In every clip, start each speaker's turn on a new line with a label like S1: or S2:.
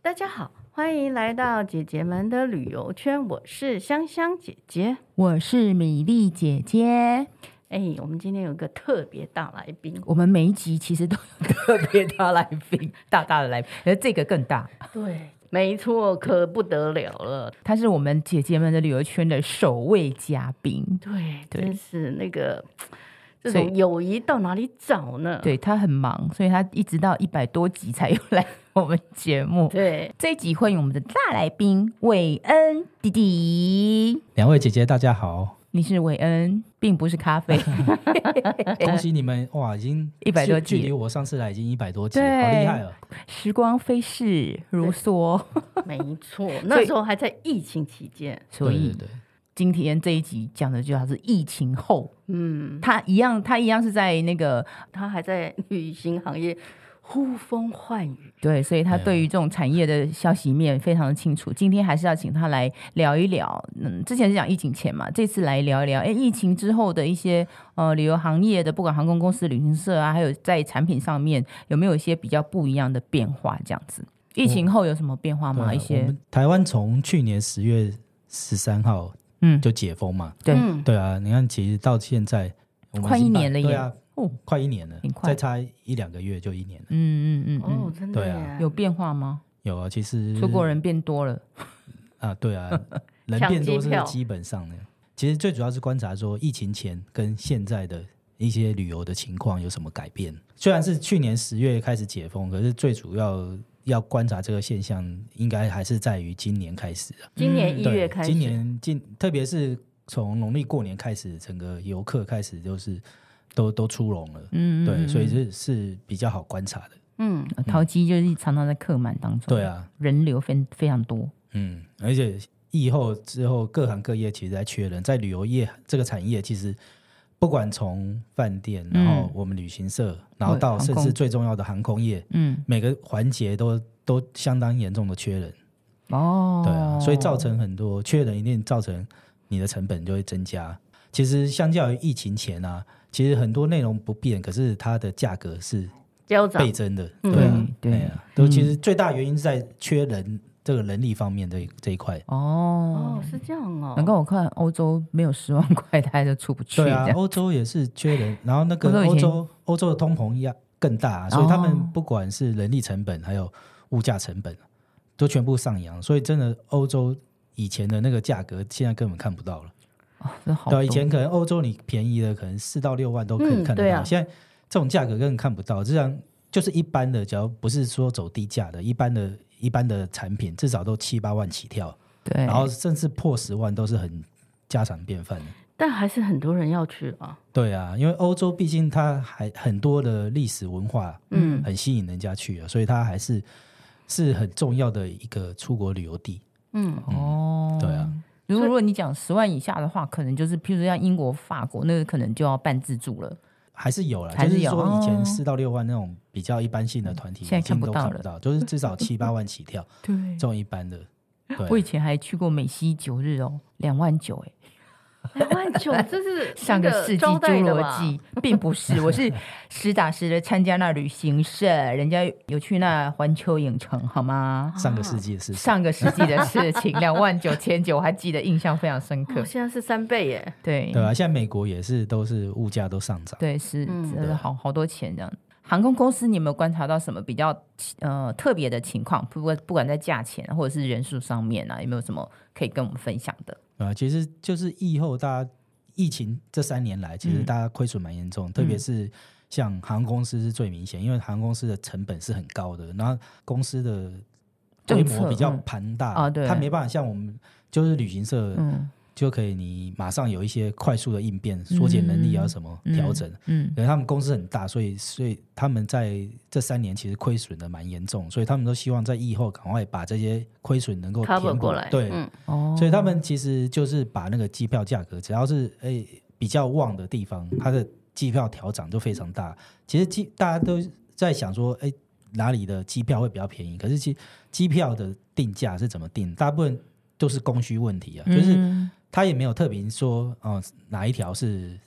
S1: 大家好，欢迎来到姐姐们的旅游圈，我是香香姐姐。
S2: 我是米粒姐姐。
S1: 哎，我们今天有一个特别大来宾，
S2: 我们每一集其实都有特别大来宾，大大的来宾，而这个更大，
S1: 对，没错，可不得了了，
S2: 他是我们姐姐们的旅游圈的首位嘉宾。
S1: 对，
S2: 对
S1: 真是那个这
S2: 所以
S1: 种友谊到哪里找呢？
S2: 对他很忙，所以他一直到一百多集才又来我们节目。
S1: 对，
S2: 这一集欢迎我们的大来宾韦恩弟弟，
S3: 两位姐姐，大家好！
S2: 你是韦恩，并不是咖啡。
S3: 恭喜你们，哇，已经
S2: 100多
S3: 距
S2: 集
S3: 距离我上次来已经一百多集，好
S2: 对
S3: 厉害哦！
S2: 时光飞逝如梭，
S1: 没错，那时候还在疫情期间，
S2: 所以
S3: 对对对，
S2: 今天这一集讲的就是疫情后，
S1: 嗯，
S2: 他一样，他一样是在那个
S1: 他还在旅行行业呼风唤雨，
S2: 对，所以他
S3: 哎
S2: 对于这种产业的消息面非常的清楚。今天还是要请他来聊一聊，嗯，之前是讲疫情前嘛，这次来聊一聊，哎，疫情之后的一些呃旅游行业的，不管航空公司、旅行社啊，还有在产品上面有没有一些比较不一样的变化？这样子，疫情后有什么变化
S3: 哦对
S2: 吗？
S3: 啊
S2: 一
S3: 我
S2: 些
S3: 们台湾从去年十月十三号
S2: 嗯，
S3: 就解封嘛，
S2: 对
S1: 嗯
S3: 对啊，你看其实到现在我们已经
S2: 快一
S3: 把
S2: 年了耶
S3: 对啊，
S2: 哦
S3: 快一年了
S2: 挺，快
S3: 再差一两个月就一年了。
S2: 嗯嗯嗯嗯，
S1: 哦，真的
S3: 对啊
S1: 耶
S2: 有变化吗？
S3: 有啊，其实
S2: 出国人变多了，
S3: 啊，对啊，人
S1: 抢
S3: 变
S1: 机
S3: 多是
S1: 票
S3: 基本上的。其实最主要是观察说疫情前跟现在的一些旅游的情况有什么改变。虽然是去年十月开始解封，可是最主要要观察这个现象，应该还是在于今年开始啊。
S1: 今年一
S3: 对
S1: 月开始，
S3: 今年近，特别是从农历过年开始，整个游客开始就是都都出笼了。
S2: 嗯，嗯
S3: 对，
S2: 嗯
S3: 所以
S2: 嗯
S3: 这是比较好观察的。
S1: 嗯，
S2: 呃淘机就是常常在客满当中，
S3: 对，啊，
S2: 人流非非常多，
S3: 嗯，而且疫后之后，各行各业其实在缺人，在旅游业这个产业，其实不管从饭店，然后我们旅行社，然后到
S2: 嗯航
S3: 甚
S2: 空
S3: 至最重要的航空业，
S2: 嗯，
S3: 每个环节都都相当严重的缺人，
S2: 哦，
S3: 对啊，所以造成很多缺人，一定造成你的成本就会增加。其实相较于疫情前啊，其实很多内容不变，可是它的价格是
S1: 交长
S3: 倍增的，
S1: 嗯
S3: 对啊，
S2: 对对嗯
S3: 哎呀都其实最大原因是在缺人这个人力方面这一这一块。
S2: 哦
S1: 哦，，是这样哦，
S2: 难怪我看欧洲没有十万块，大家都出不去。
S3: 对啊
S2: 这，样
S3: 欧洲也是缺人，然后那
S2: 欧洲
S3: 个
S2: 以
S3: 欧
S2: 前
S3: 洲欧洲的通膨压更大、所以他
S2: 哦
S3: 们不管是人力成本还有物价成本，都全部上扬，所以真的欧洲。以前的那个价格，现在根本看不到了。
S2: 哦，真的好
S3: 对啊，
S2: 多。
S3: 以前可能欧洲你便宜的可能四到六万都可以
S1: 嗯
S3: 看得
S1: 对
S3: 到，
S1: 啊
S3: 现在这种价格根本看不到。这样就是一般的，只要不是说走低价的，一般的一般的产品至少都七八万起跳，
S2: 对，
S3: 然后甚至破十万都是很家常便饭的。
S1: 但还是很多人要去啊。
S3: 对啊，因为欧洲毕竟它还很多的历史文化，
S1: 嗯
S3: 很吸引人家去啊，所以它还是是很重要的一个出国旅游地。
S1: 嗯，
S2: 哦，
S3: 对啊。
S2: 如果如果你讲十万以下的话，可能就是譬如像英国、法国那个，可能就要办自助了。
S3: 还是有啦，
S2: 还是有
S3: 就是说以
S2: 哦嗯
S3: 前四到六万那种比较一般性的团体，
S2: 现在
S3: 已经
S2: 看不
S3: 都
S2: 到
S3: 看
S2: 了
S3: 不到，就是至少七八万起 跳
S2: 对，
S3: 这种一般的。
S2: 我以
S3: 对，
S2: 前还去过美西九日哦，两万九哎，
S1: 两万九，这是
S2: 上个
S1: 那
S2: 世纪
S1: 招待
S2: 侏
S1: 的
S2: 罗
S1: 吧？
S2: 纪，并不 是，我是实打实的参加那旅行社，人家有去那环球影城，好吗？
S3: 上个世纪的事情。
S2: 上个世纪的事情，两万九千九，我还记得，印象非常深刻
S1: 哦，。现在是三倍耶！
S2: 对
S3: 对啊，现在美国也是都是物价都上涨。
S2: 对，是
S1: 嗯
S2: 真
S3: 对
S2: 的好好多钱这样。航空公司，你有没有观察到什么比较呃特别的情况？不过不管在价钱啊或者是人数上面啊，有没有什么可以跟我们分享的？
S3: 啊，其实就是疫后大家疫情这三年来，其
S2: 嗯
S3: 实大家亏损蛮严重，特别是像航空公司是最明显，因为航空公司的成本是很高的，然后公司的规
S2: 政策
S3: 模比较
S2: 嗯
S3: 庞大，
S2: 啊对
S3: 它没办法像我们就是旅行社
S2: 嗯
S3: 就可以你马上有一些快速的应变，缩减能力啊什么
S2: 嗯
S3: 调整。
S2: 嗯，
S3: 对，他们公司很大，所以所以他们在这三年其实亏损的蛮严重，所以他们都希望在疫后赶快把这些亏损能够
S1: cover
S3: 填补
S1: 过来，
S3: 对，
S1: 嗯
S2: 哦，
S3: 所以他们其实就是把那个机票价格，只要是诶、比较旺的地方，它的机票调涨就非常大。其实机大家都在想说，诶、哪里的机票会比较便宜？可是其机票的定价是怎么定？大部分都是供需问题啊，就是
S2: 嗯
S3: 它也没有特别说，哦、哪一条是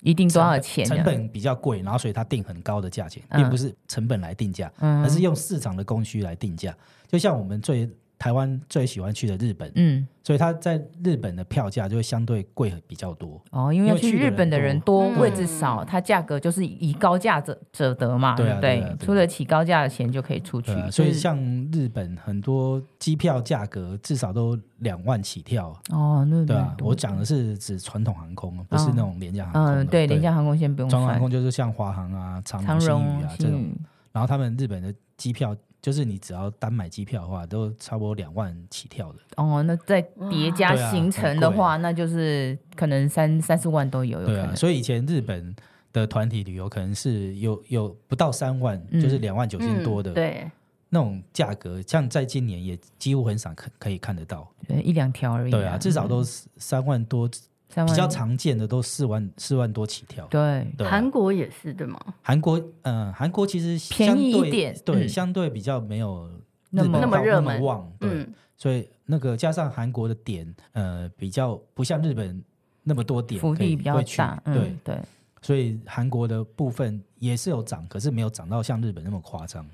S2: 一定多少钱这
S3: 成
S2: 样？
S3: 本比较贵，然后所以它定很高的价钱，
S2: 啊嗯
S3: 并不是成本来定价，
S2: 嗯
S3: 而是用市场的供需来定价。就像我们最台湾最喜欢去的日本，
S2: 嗯
S3: 所以它在日本的票价就会相对贵比较多。
S2: 哦，因为
S3: 因
S2: 要
S3: 为
S2: 去
S3: 去的
S2: 日
S3: 人嗯
S2: 本的人多，
S1: 多
S2: 位
S3: 对
S2: 置少，它价格就是以高价者者得嘛，
S3: 对啊
S2: 不
S3: 对啊
S2: 对？
S3: 对啊
S2: 出得起高价的钱就可以出去嗯
S3: 对啊、，所以
S2: 就是
S3: 像日本很多机票价格至少都两万起跳，
S2: 哦，那
S3: 对啊
S2: 那，
S3: 我讲的是指传统航空，不是那种廉价航空的。
S2: 嗯，对，廉价航空先不用
S3: 传统航
S2: 算，
S3: 空就是像华航啊、长
S2: 长
S3: 荣、新
S2: 荣嗯
S3: 宇啊这种，
S2: 宇
S3: 然后他们日本的机票，就是你只要单买机票的话，都差不多两万起跳的。
S2: 哦，那再叠加
S3: 对啊
S2: 行程的
S3: 很贵
S2: 话，那就是可能三三四万都有，有可
S3: 对啊，
S2: 能。
S3: 所以以前日本的团体旅游可能是有有不到三万，
S2: 嗯
S3: 就是两万九千
S1: 嗯
S3: 多的、
S1: 对，
S3: 那种价格，像在今年也几乎很少可可以看得到。
S2: 对一两条而已。
S3: 对啊，至少都是三万多，
S2: 三万
S3: 比较常见的都四万四万多起跳。
S2: 对，
S3: 对啊、
S1: 韩国也是对吗？
S3: 韩国，嗯、韩国其实
S2: 便宜
S3: 相对
S2: 一点
S3: 对，
S2: 嗯
S3: 相对比较没有
S2: 那
S3: 日本
S2: 么
S3: 到
S1: 那么热门
S3: 那么旺，对，
S1: 嗯，
S3: 所以那个加上韩国的点，呃，比较不像日本那么多点
S2: 福
S3: 可以
S2: 利比较
S3: 会去
S2: 大。
S3: 对
S2: 嗯，，对，
S3: 所以韩国的部分也是有涨，可是没有涨到像日本那么夸张。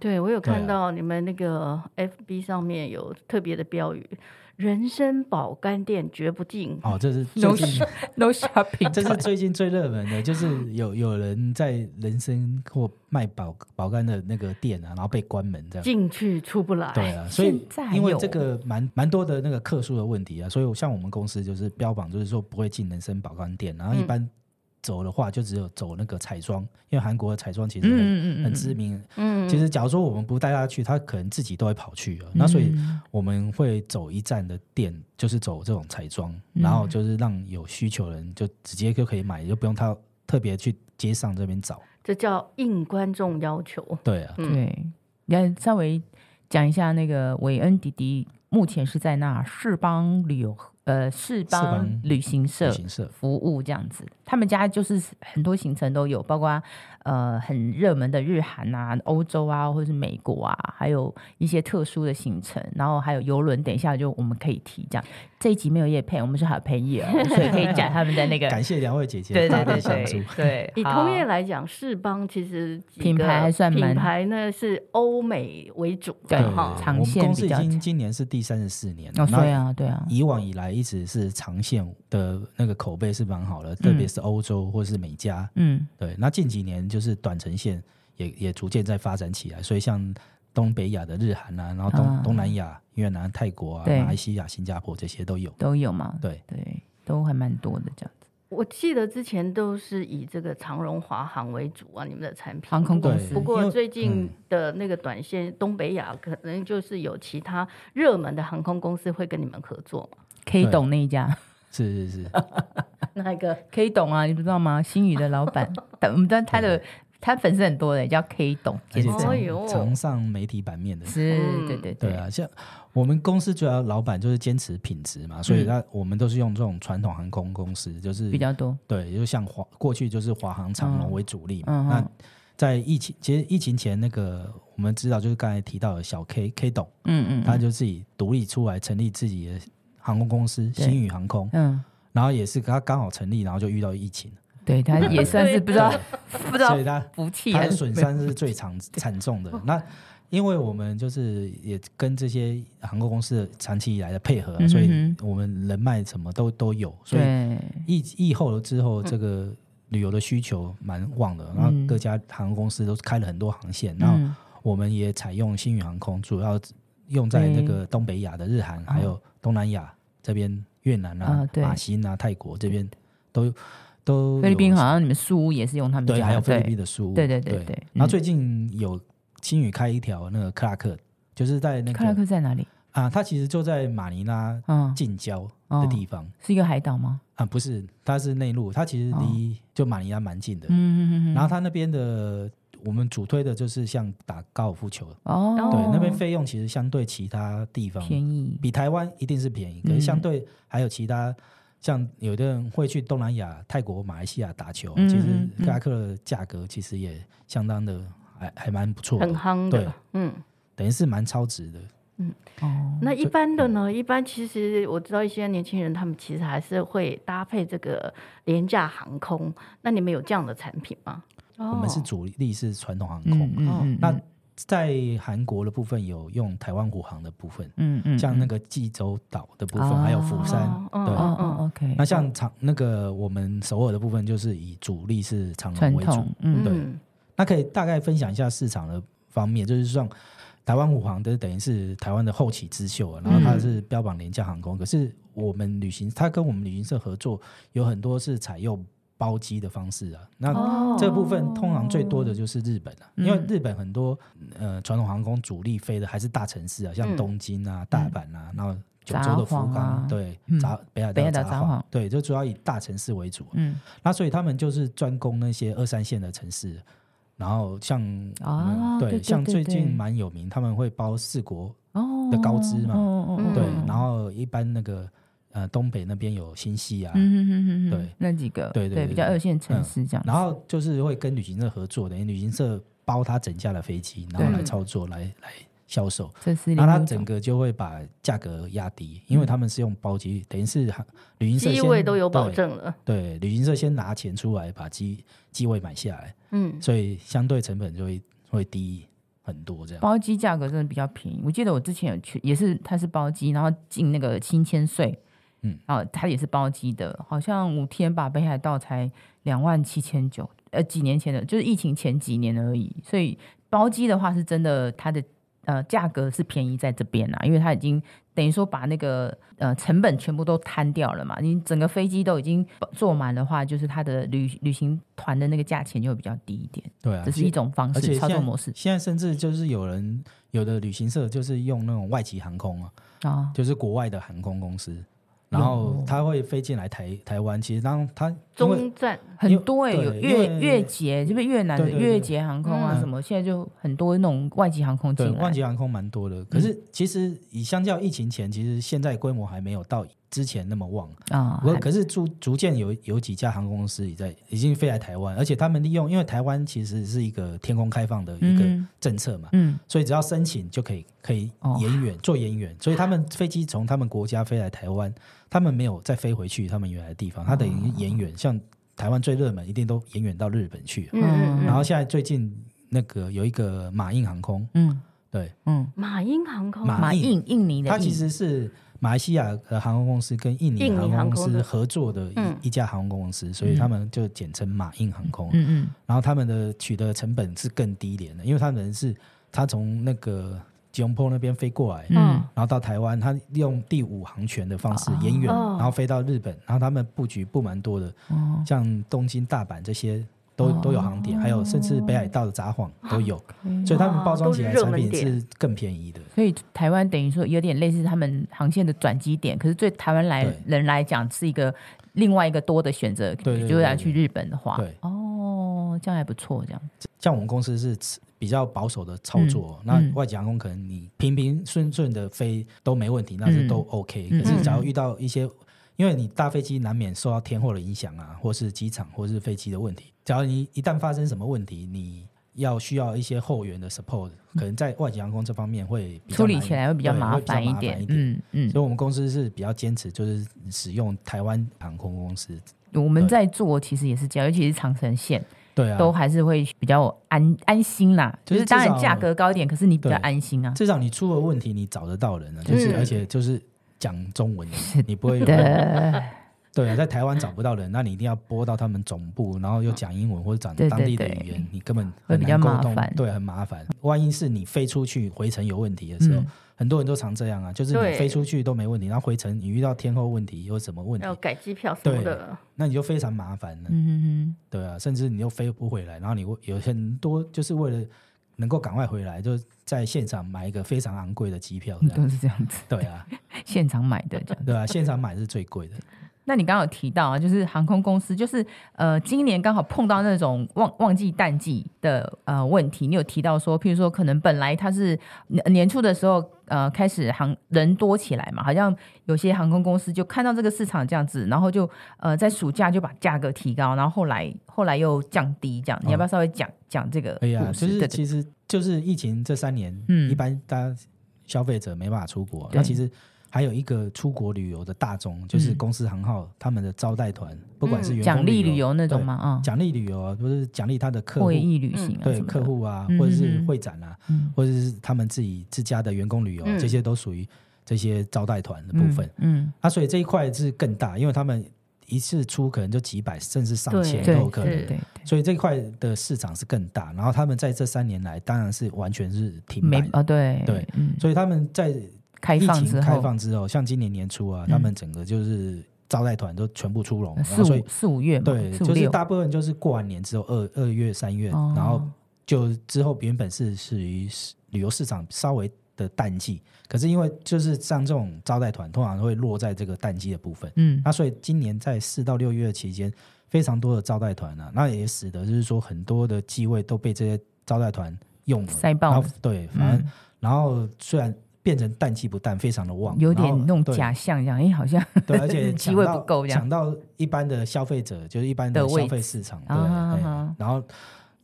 S1: 对我有
S3: 对
S1: 看
S3: 啊
S1: 到你们那个 FB 上面有特别的标语：“人参保肝店绝不进。
S3: 哦，这是最
S2: 都
S3: 近
S2: 是，都 shopping，
S3: 这是
S2: 团
S3: 最近最热门的，就是 有有人在人参或卖保保肝的那个店啊，然后被关门这样。
S1: 进去出不来。
S3: 对啊，所以
S2: 现在还
S3: 因为
S2: 有
S3: 这个蛮蛮多的那个客数的问题啊，所以我像我们公司就是标榜就是说不会进人参保肝店，然后一
S1: 嗯
S3: 般走的话就只有走那个彩妆，因为韩国的彩妆其实
S2: 嗯
S3: 很、
S2: 嗯嗯嗯
S3: 很知名。
S1: 嗯，
S3: 其实假如说我们不带他去，他可能自己都会跑去啊。那所以
S2: 嗯
S3: 我们会走一站的店，就是走这种彩妆，
S2: 嗯
S3: 然后就是让有需求的人就直接就可以买，就不用他特别去街上这边找。
S2: 嗯
S1: 这叫应观众要求。
S3: 对啊，
S1: 嗯
S2: 对，你要稍微讲一下那个韦恩弟弟目前是在那世邦旅游呃世邦
S3: 邦
S2: 旅行社
S3: 旅行社
S2: 服务这样子。他们家就是很多行程都有，包括呃很热门的日韩啊、欧洲啊，或者是美国啊，还有一些特殊的行程，然后还有游轮。等一下就我们可以提这样。这一集没有叶配，我们是好朋友，所以可以讲他们的那个。
S3: 感谢两位姐姐
S2: 对
S3: 大
S2: 对对
S3: 力相助
S2: 对。对，
S1: 以
S2: 好
S1: 同业来讲，世邦其实几
S2: 品
S1: 个
S2: 牌还算蛮
S1: 品牌呢是欧美为主
S2: 对
S1: 的
S3: 对
S1: 哈。
S2: 长
S3: 我们
S2: 线
S3: 公司
S2: 比
S3: 已
S2: 较
S3: 经
S2: 长
S3: 今年是第三十四年，
S2: 哦，
S3: 那嗯
S2: 对啊，对啊，
S3: 以往以来一直是长线的那个口碑是蛮好的，特别是欧洲或是美加。
S2: 嗯，
S3: 对，那近几年就是短程线也也逐渐在发展起来，所以像东北亚的日韩啊，然后东、
S2: 啊
S3: 东南亚越南、泰国啊、
S2: 对
S3: 马来西亚、新加坡这些都有。
S2: 都有嘛，
S3: 对，
S2: 对，都还蛮多的这样子。
S1: 我记得之前都是以这个长荣、华航为主啊，你们的产品
S2: 航空公司
S1: 不
S3: 因
S1: 过
S3: 为
S1: 最近
S3: 嗯
S1: 的那个短线，东北亚可能就是有其他热门的航空公司会跟你们合作嘛。
S2: K
S3: 对
S2: 董那一家
S3: 是是是，
S1: 那一个
S2: ，K 董啊，你不知道吗？新宇的老 板，但我们但他的他粉丝很多的，叫 K 董
S3: 而
S2: 先
S3: 且
S2: 生，
S1: 哎呦
S3: 常常上媒体版面的。
S2: 是，
S1: 嗯
S2: 对对对，
S3: 对啊，像我们公司主要老板就是坚持品质嘛，所以那我们都是用这种传统航空公司，就是
S2: 嗯比较多，
S3: 对，就像华过去就是华航、长
S2: 嗯
S3: 龙为主力嘛。
S2: 嗯
S3: 那
S2: 哼
S3: 在疫情，其实疫情前那个我们知道，就是刚才提到的小 K K 董，
S2: 嗯嗯，
S3: 他就自己独立出来成立自己的航空公司
S2: 对
S3: 新宇航空，
S2: 嗯，
S3: 然后也是他刚好成立，然后就遇到疫情，
S2: 对他也算是不知道不知道
S3: 所以他
S2: 福气
S3: 他
S2: 还
S3: 的
S2: 是
S3: 损伤是最惨惨重
S2: 哦
S3: 的。那因为我们就是也跟这些航空公司长期以来的配合啊、
S2: 嗯哼哼
S3: 所以我们人脉什么都都有，所以
S2: 对，嗯
S3: 疫疫后了之后，这个旅游的需求蛮旺的，然后各家航空公司都开了很多航线，然后
S2: 嗯
S3: 我们也采用星宇航空，主要用在那
S2: 嗯
S3: 个东北亚的日韩，还有东南亚这边越南啊
S2: 哦啊、对
S3: 马新啊、泰国这边都都有
S2: 菲律宾好像你们苏屋也是用他们家
S3: 对，
S2: 的，
S3: 还有菲律宾的书屋，
S2: 对对对
S3: 对
S2: 对
S3: 然
S2: 嗯
S3: 后最近有星宇开一条那个克拉克，就是在
S2: 对
S3: 那
S2: 克拉
S3: 个
S2: 克在哪里？
S3: 啊，它其实就在马尼拉
S2: 嗯，
S3: 近郊
S2: 哦
S3: 的地方。
S2: 是一个海岛吗？
S3: 啊，不是，它是内陆，它其实离就马尼拉蛮近的。
S2: 哦嗯嗯嗯嗯，
S3: 然后它那边的我们主推的就是像打高尔夫球，
S2: 哦，
S3: 对，那边费用其实相对其他地方
S2: 便宜，嗯
S3: 比台湾一定是便宜，可是相对还有其他。像有的人会去东南亚、泰国、马来西亚打球，
S2: 嗯
S3: 其实
S2: 嗯嗯
S3: 克拉克的价格其实也相当的还还蛮不错
S1: 很
S3: 的，
S1: 夯
S3: 对
S1: 的，嗯，
S3: 等于是蛮超值的。
S2: 哦，
S1: 那一般
S3: 嗯
S1: 的呢？一般其实我知道一些年轻人，他们其实还是会搭配这个廉价航空。那你们有这样的产品吗？哦
S3: 我
S2: 我
S3: 们是主力是传统航空，
S2: 哦嗯嗯嗯，
S3: 那在韩国的部分有用台湾虎航的部分，
S2: 嗯嗯，
S3: 像那个济州岛的部分，
S2: 哦
S3: 还有釜山，
S1: 哦
S3: 对。嗯
S2: 哦哦，OK，
S3: 那像长那个我们首尔的部分，就是以主力是长
S2: 传
S3: 荣为主
S2: 统。，嗯
S1: 嗯，
S3: 那可以大概分享一下市场的方面，就是像台湾虎航，就是等于是台湾的后起之秀啊，然后它是标榜廉价航空，可是我们旅行，它跟我们旅行社合作有很多是采用包机的方式啊。那
S1: 哦
S3: 这部分通常最多的就是日本啊，
S2: 嗯
S3: 因为日本很多呃传统航空主力飞的还是大城市啊，像
S1: 嗯
S3: 东京啊、大阪啊，然后九州的福
S2: 嗯札幌啊
S3: 冈，对
S2: 嗯，
S3: 札北海
S2: 北海
S3: 道
S2: 道
S3: 札
S2: 札幌
S3: 幌，对，就主要以大城市为主啊。
S2: 嗯，
S3: 那所以他们就是专攻那些二三线的城市，然后像
S2: 啊
S3: 嗯
S2: 对对
S3: 像
S2: 对
S3: 最近
S2: 对
S3: 蛮有名，他们会包四国
S2: 哦
S3: 的高知嘛
S2: 哦哦
S1: 嗯
S3: 对
S2: 哦，
S3: 然后一般那个呃东北那边有新西啊，
S2: 嗯嗯嗯嗯，
S3: 对，
S2: 那几个
S3: 对对
S2: 对
S3: 对
S2: 比较
S3: 对
S2: 二线城市这样子，
S3: 然后就是会跟旅行社合作，等于旅行社包他整架的飞机，然后
S2: 对
S3: 来操作来来销售，
S2: 这是
S3: 啊那
S2: 另
S3: 他
S2: 一
S3: 整
S2: 种
S3: 个就会把价格压低，因为他们是用包机，等于是航旅行社
S1: 机
S3: 先
S1: 位都有保
S3: 对
S1: 证了。
S3: 对，旅行社先拿钱出来把机机位买下来，
S1: 嗯，
S3: 所以相对成本就会会低很多这样。
S2: 包机价格真的比较便宜。我记得我之前有去，也是它是包机，然后进那个新千岁，
S3: 嗯，
S2: 然后它也是包机的，好像五天吧，北海道才两万七千九，呃，几年前的，就是疫情前几年而已。所以包机的话是真的，它的呃价格是便宜在这边啦，因为它已经等于说把那个呃成本全部都摊掉了嘛，你整个飞机都已经坐满的话，就是它的旅旅行团的那个价钱就会比较低一点，
S3: 对啊，
S2: 这是一种方
S3: 而且
S2: 式操
S3: 现
S2: 作
S3: 在
S2: 模式
S3: 现在甚至就是有人有的旅行社就是用那种外籍航空啊，
S2: 啊。
S3: 就是国外的航空公司，然后
S2: 哦
S3: 他会飞进来台台湾。其实当他因为
S1: 中站
S2: 很多哎、
S3: 因为
S2: 有
S3: 对
S2: 越
S3: 因为
S2: 越捷，就是越南的
S3: 对对对
S2: 越捷航空啊，
S1: 嗯
S2: 什么现在就很多那种外籍航空
S3: 对
S2: 进来嗯
S3: 万，捷航空蛮多的，可是其实以相较疫情前，其实现在规模还没有到之前那么旺。
S2: 啊，
S3: 我
S2: 还
S3: 可是逐逐渐有有几家航空公司已在已经飞来台湾，而且他们利用因为台湾其实是一个天空开放的一个
S2: 嗯
S3: 政策嘛，
S2: 嗯
S3: 所以只要申请就可以可以
S2: 哦
S3: 延远、做延远，所以他们飞机从他们国家飞来台湾，他们没有再飞回去他们原来的地方，它等于延远，像台湾最热门一定都延远到日本去。
S1: 嗯嗯嗯，
S3: 然后现在最近那个有一个马印航空，
S2: 嗯
S3: 对，
S2: 嗯，
S1: 马英航空
S3: 马
S2: 马印
S3: 印
S2: 印尼的印，
S3: 它其实是马来西亚的航空公司跟印尼
S1: 印尼
S3: 航
S1: 航空
S3: 空公
S1: 的
S3: 司合作的一、
S1: 嗯
S3: 一家航空公司，所以他们就简称马印航空。
S2: 嗯嗯
S3: 然后他们的取得成本是更低廉的，因为他们是他从那个吉隆坡那边飞过来，
S2: 嗯
S3: 然后到台湾，他利用第五航权的方式
S2: 哦
S3: 延远，
S1: 哦
S3: 然后飞到日本，然后他们布局布蛮多的，
S2: 哦
S3: 像东京、大阪这些都都有航点，还有甚至北海道的札幌都有，
S2: 哦，OK，
S3: 所以他们包装起来的
S1: 哇
S3: 产
S1: 哦都是热门
S3: 品
S1: 点
S3: 是更便宜的。
S2: 所以台湾等于说有点类似他们航线的转机点，可是对台湾来
S3: 对
S2: 人来讲是一个另外一个多的选择，
S3: 对对对
S2: 就是要
S3: 对
S2: 去日本的话
S3: 对，
S2: 哦，这样还不错，这样
S3: 像我们公司是持比较保守的操作，
S2: 嗯嗯
S3: 那外籍航空可能你平平顺顺的飞都没问题，那是都 OK、
S2: 嗯
S3: 可是假如遇到一些，因为你大飞机难免受到天候的影响啊，或是机场或是飞机的问题，假如你一旦发生什么问题，你要需要一些后援的 support，可能在外籍航空这方面会比
S2: 嗯
S3: 较
S2: 处理
S3: 难
S2: 起来会比较
S3: 对
S2: 麻
S3: 会比较
S2: 烦
S3: 麻
S2: 一
S3: 烦
S2: 点
S3: 一，点。
S2: 嗯嗯
S3: 所。以，我们公司是比较坚持，就是使用台湾航空公司。
S2: 我们
S3: 对
S2: 在做其实也是这样，尤其是长城线，
S3: 对啊，
S2: 都还是会比较安安心啦。就
S3: 就是
S2: 是当然
S3: 至少
S2: 价格高一点，可是你比较
S3: 对
S2: 安心啊。
S3: 至少你出了问题，你找得到人啊，就是、
S1: 嗯
S3: 而且就是讲中 文的，你不会有
S2: 对
S3: 对啊，在台湾找不到人，那你一定要拨到他们总部，然后又讲英文或者讲
S2: 对对
S3: 当地的
S2: 对
S3: 语言，你根本
S2: 会
S3: 很
S2: 比
S3: 难
S2: 较麻
S3: 沟通
S2: 烦，
S3: 对，很麻烦。万一是你飞出去回程有问题的时候，
S2: 嗯
S3: 很多人都常这样啊，就是
S1: 对
S3: 你飞出去都没问题，然后回程你遇到天候问题有什么问题
S1: 要，改机票什么的，
S3: 那你就非常麻烦了，
S2: 嗯
S3: 对啊，甚至你又飞不回来，然后你会有很多就是为了能够赶快回来，就在现场买一个非常昂贵的机票
S2: 哼哼，
S3: 这样，
S2: 嗯 都是这样子，
S3: 对啊。
S2: 现场买的这样。
S3: 对啊，现场买是最 贵的。
S2: 那你刚刚有提到啊，就是航空公司，就是呃，今年刚好碰到那种旺旺季淡季的呃问题，你有提到说，譬如说可能本来它是呃年初的时候呃开始航人多起来嘛，好像有些航空公司就看到这个市场这样子，然后就呃在暑假就把价格提高，然后后来后来又降低这样，你要不要稍微讲讲这个
S3: 哦哎呀，
S2: 故
S3: 就
S2: 事？
S3: 是
S2: 对对
S3: 其实就是疫情这三年，
S2: 嗯
S3: 一般大家消费者没办法出国。
S2: 对嗯
S3: 那其实还有一个出国旅游的大宗，就是公司行号他们的招待团，不管是员工
S2: 奖励旅
S3: 游
S2: 游那种嘛啊
S3: 对，，奖励旅游啊，不是奖励他的客户
S2: 会议旅行啊，
S3: 对
S2: 什么的
S3: 客，户啊
S2: 嗯，
S3: 或者是
S2: 嗯嗯
S3: 会展啊，
S2: 嗯
S3: 或者是他们自己自家的员工旅游啊，
S1: 嗯
S3: 这些都属于这些招待团的部分。
S2: 嗯，
S3: 啊，所以这一块是更大，因为他们一次出可能就几百甚至上
S2: 嗯，
S3: 千都
S2: 对
S3: 有可能
S2: 对。对
S3: 所以这块的市场是更大，然后他们在这三年来当然是完全是
S2: 对，
S3: 停
S2: 没
S3: 摆的，
S2: 啊，对
S3: 对，
S2: 嗯，
S3: 所以他们在
S2: 开
S3: 疫
S2: 放
S3: 情
S2: 之
S3: 开
S2: 后，
S3: 放之后，像今年年初啊，
S2: 嗯
S3: 他们整个就是招待团都全部出笼，然
S2: 呃四
S3: 后所以
S2: 五四五月嘛，
S3: 对，
S2: 四五
S3: 就是
S2: 六，
S3: 大部分就是过完年之后二二月三月，
S2: 哦
S3: 然后就之后原本是属于市旅游市场稍微的淡季，可是因为就是像这种招待团通常会落在这个淡季的部分，
S2: 嗯
S3: 那所以今年在四到六月期间，非常多的招待团啊，那也使得就是说很多的机位都被这些招待团用了，
S2: 塞爆
S3: 然
S2: 了
S3: 后对，反正、
S2: 嗯，
S3: 然后虽然变成淡季不淡，非常的旺，
S2: 有点
S3: 然后
S2: 那种
S3: 对
S2: 假象这样，哎，好像
S3: 对，而且
S2: 机会
S3: 抢到
S2: 不够这样
S3: 抢到一般的消费者，就是一般的
S2: 的位
S3: 消费市场，对。
S2: 啊
S3: 哎
S2: 哈
S3: 然后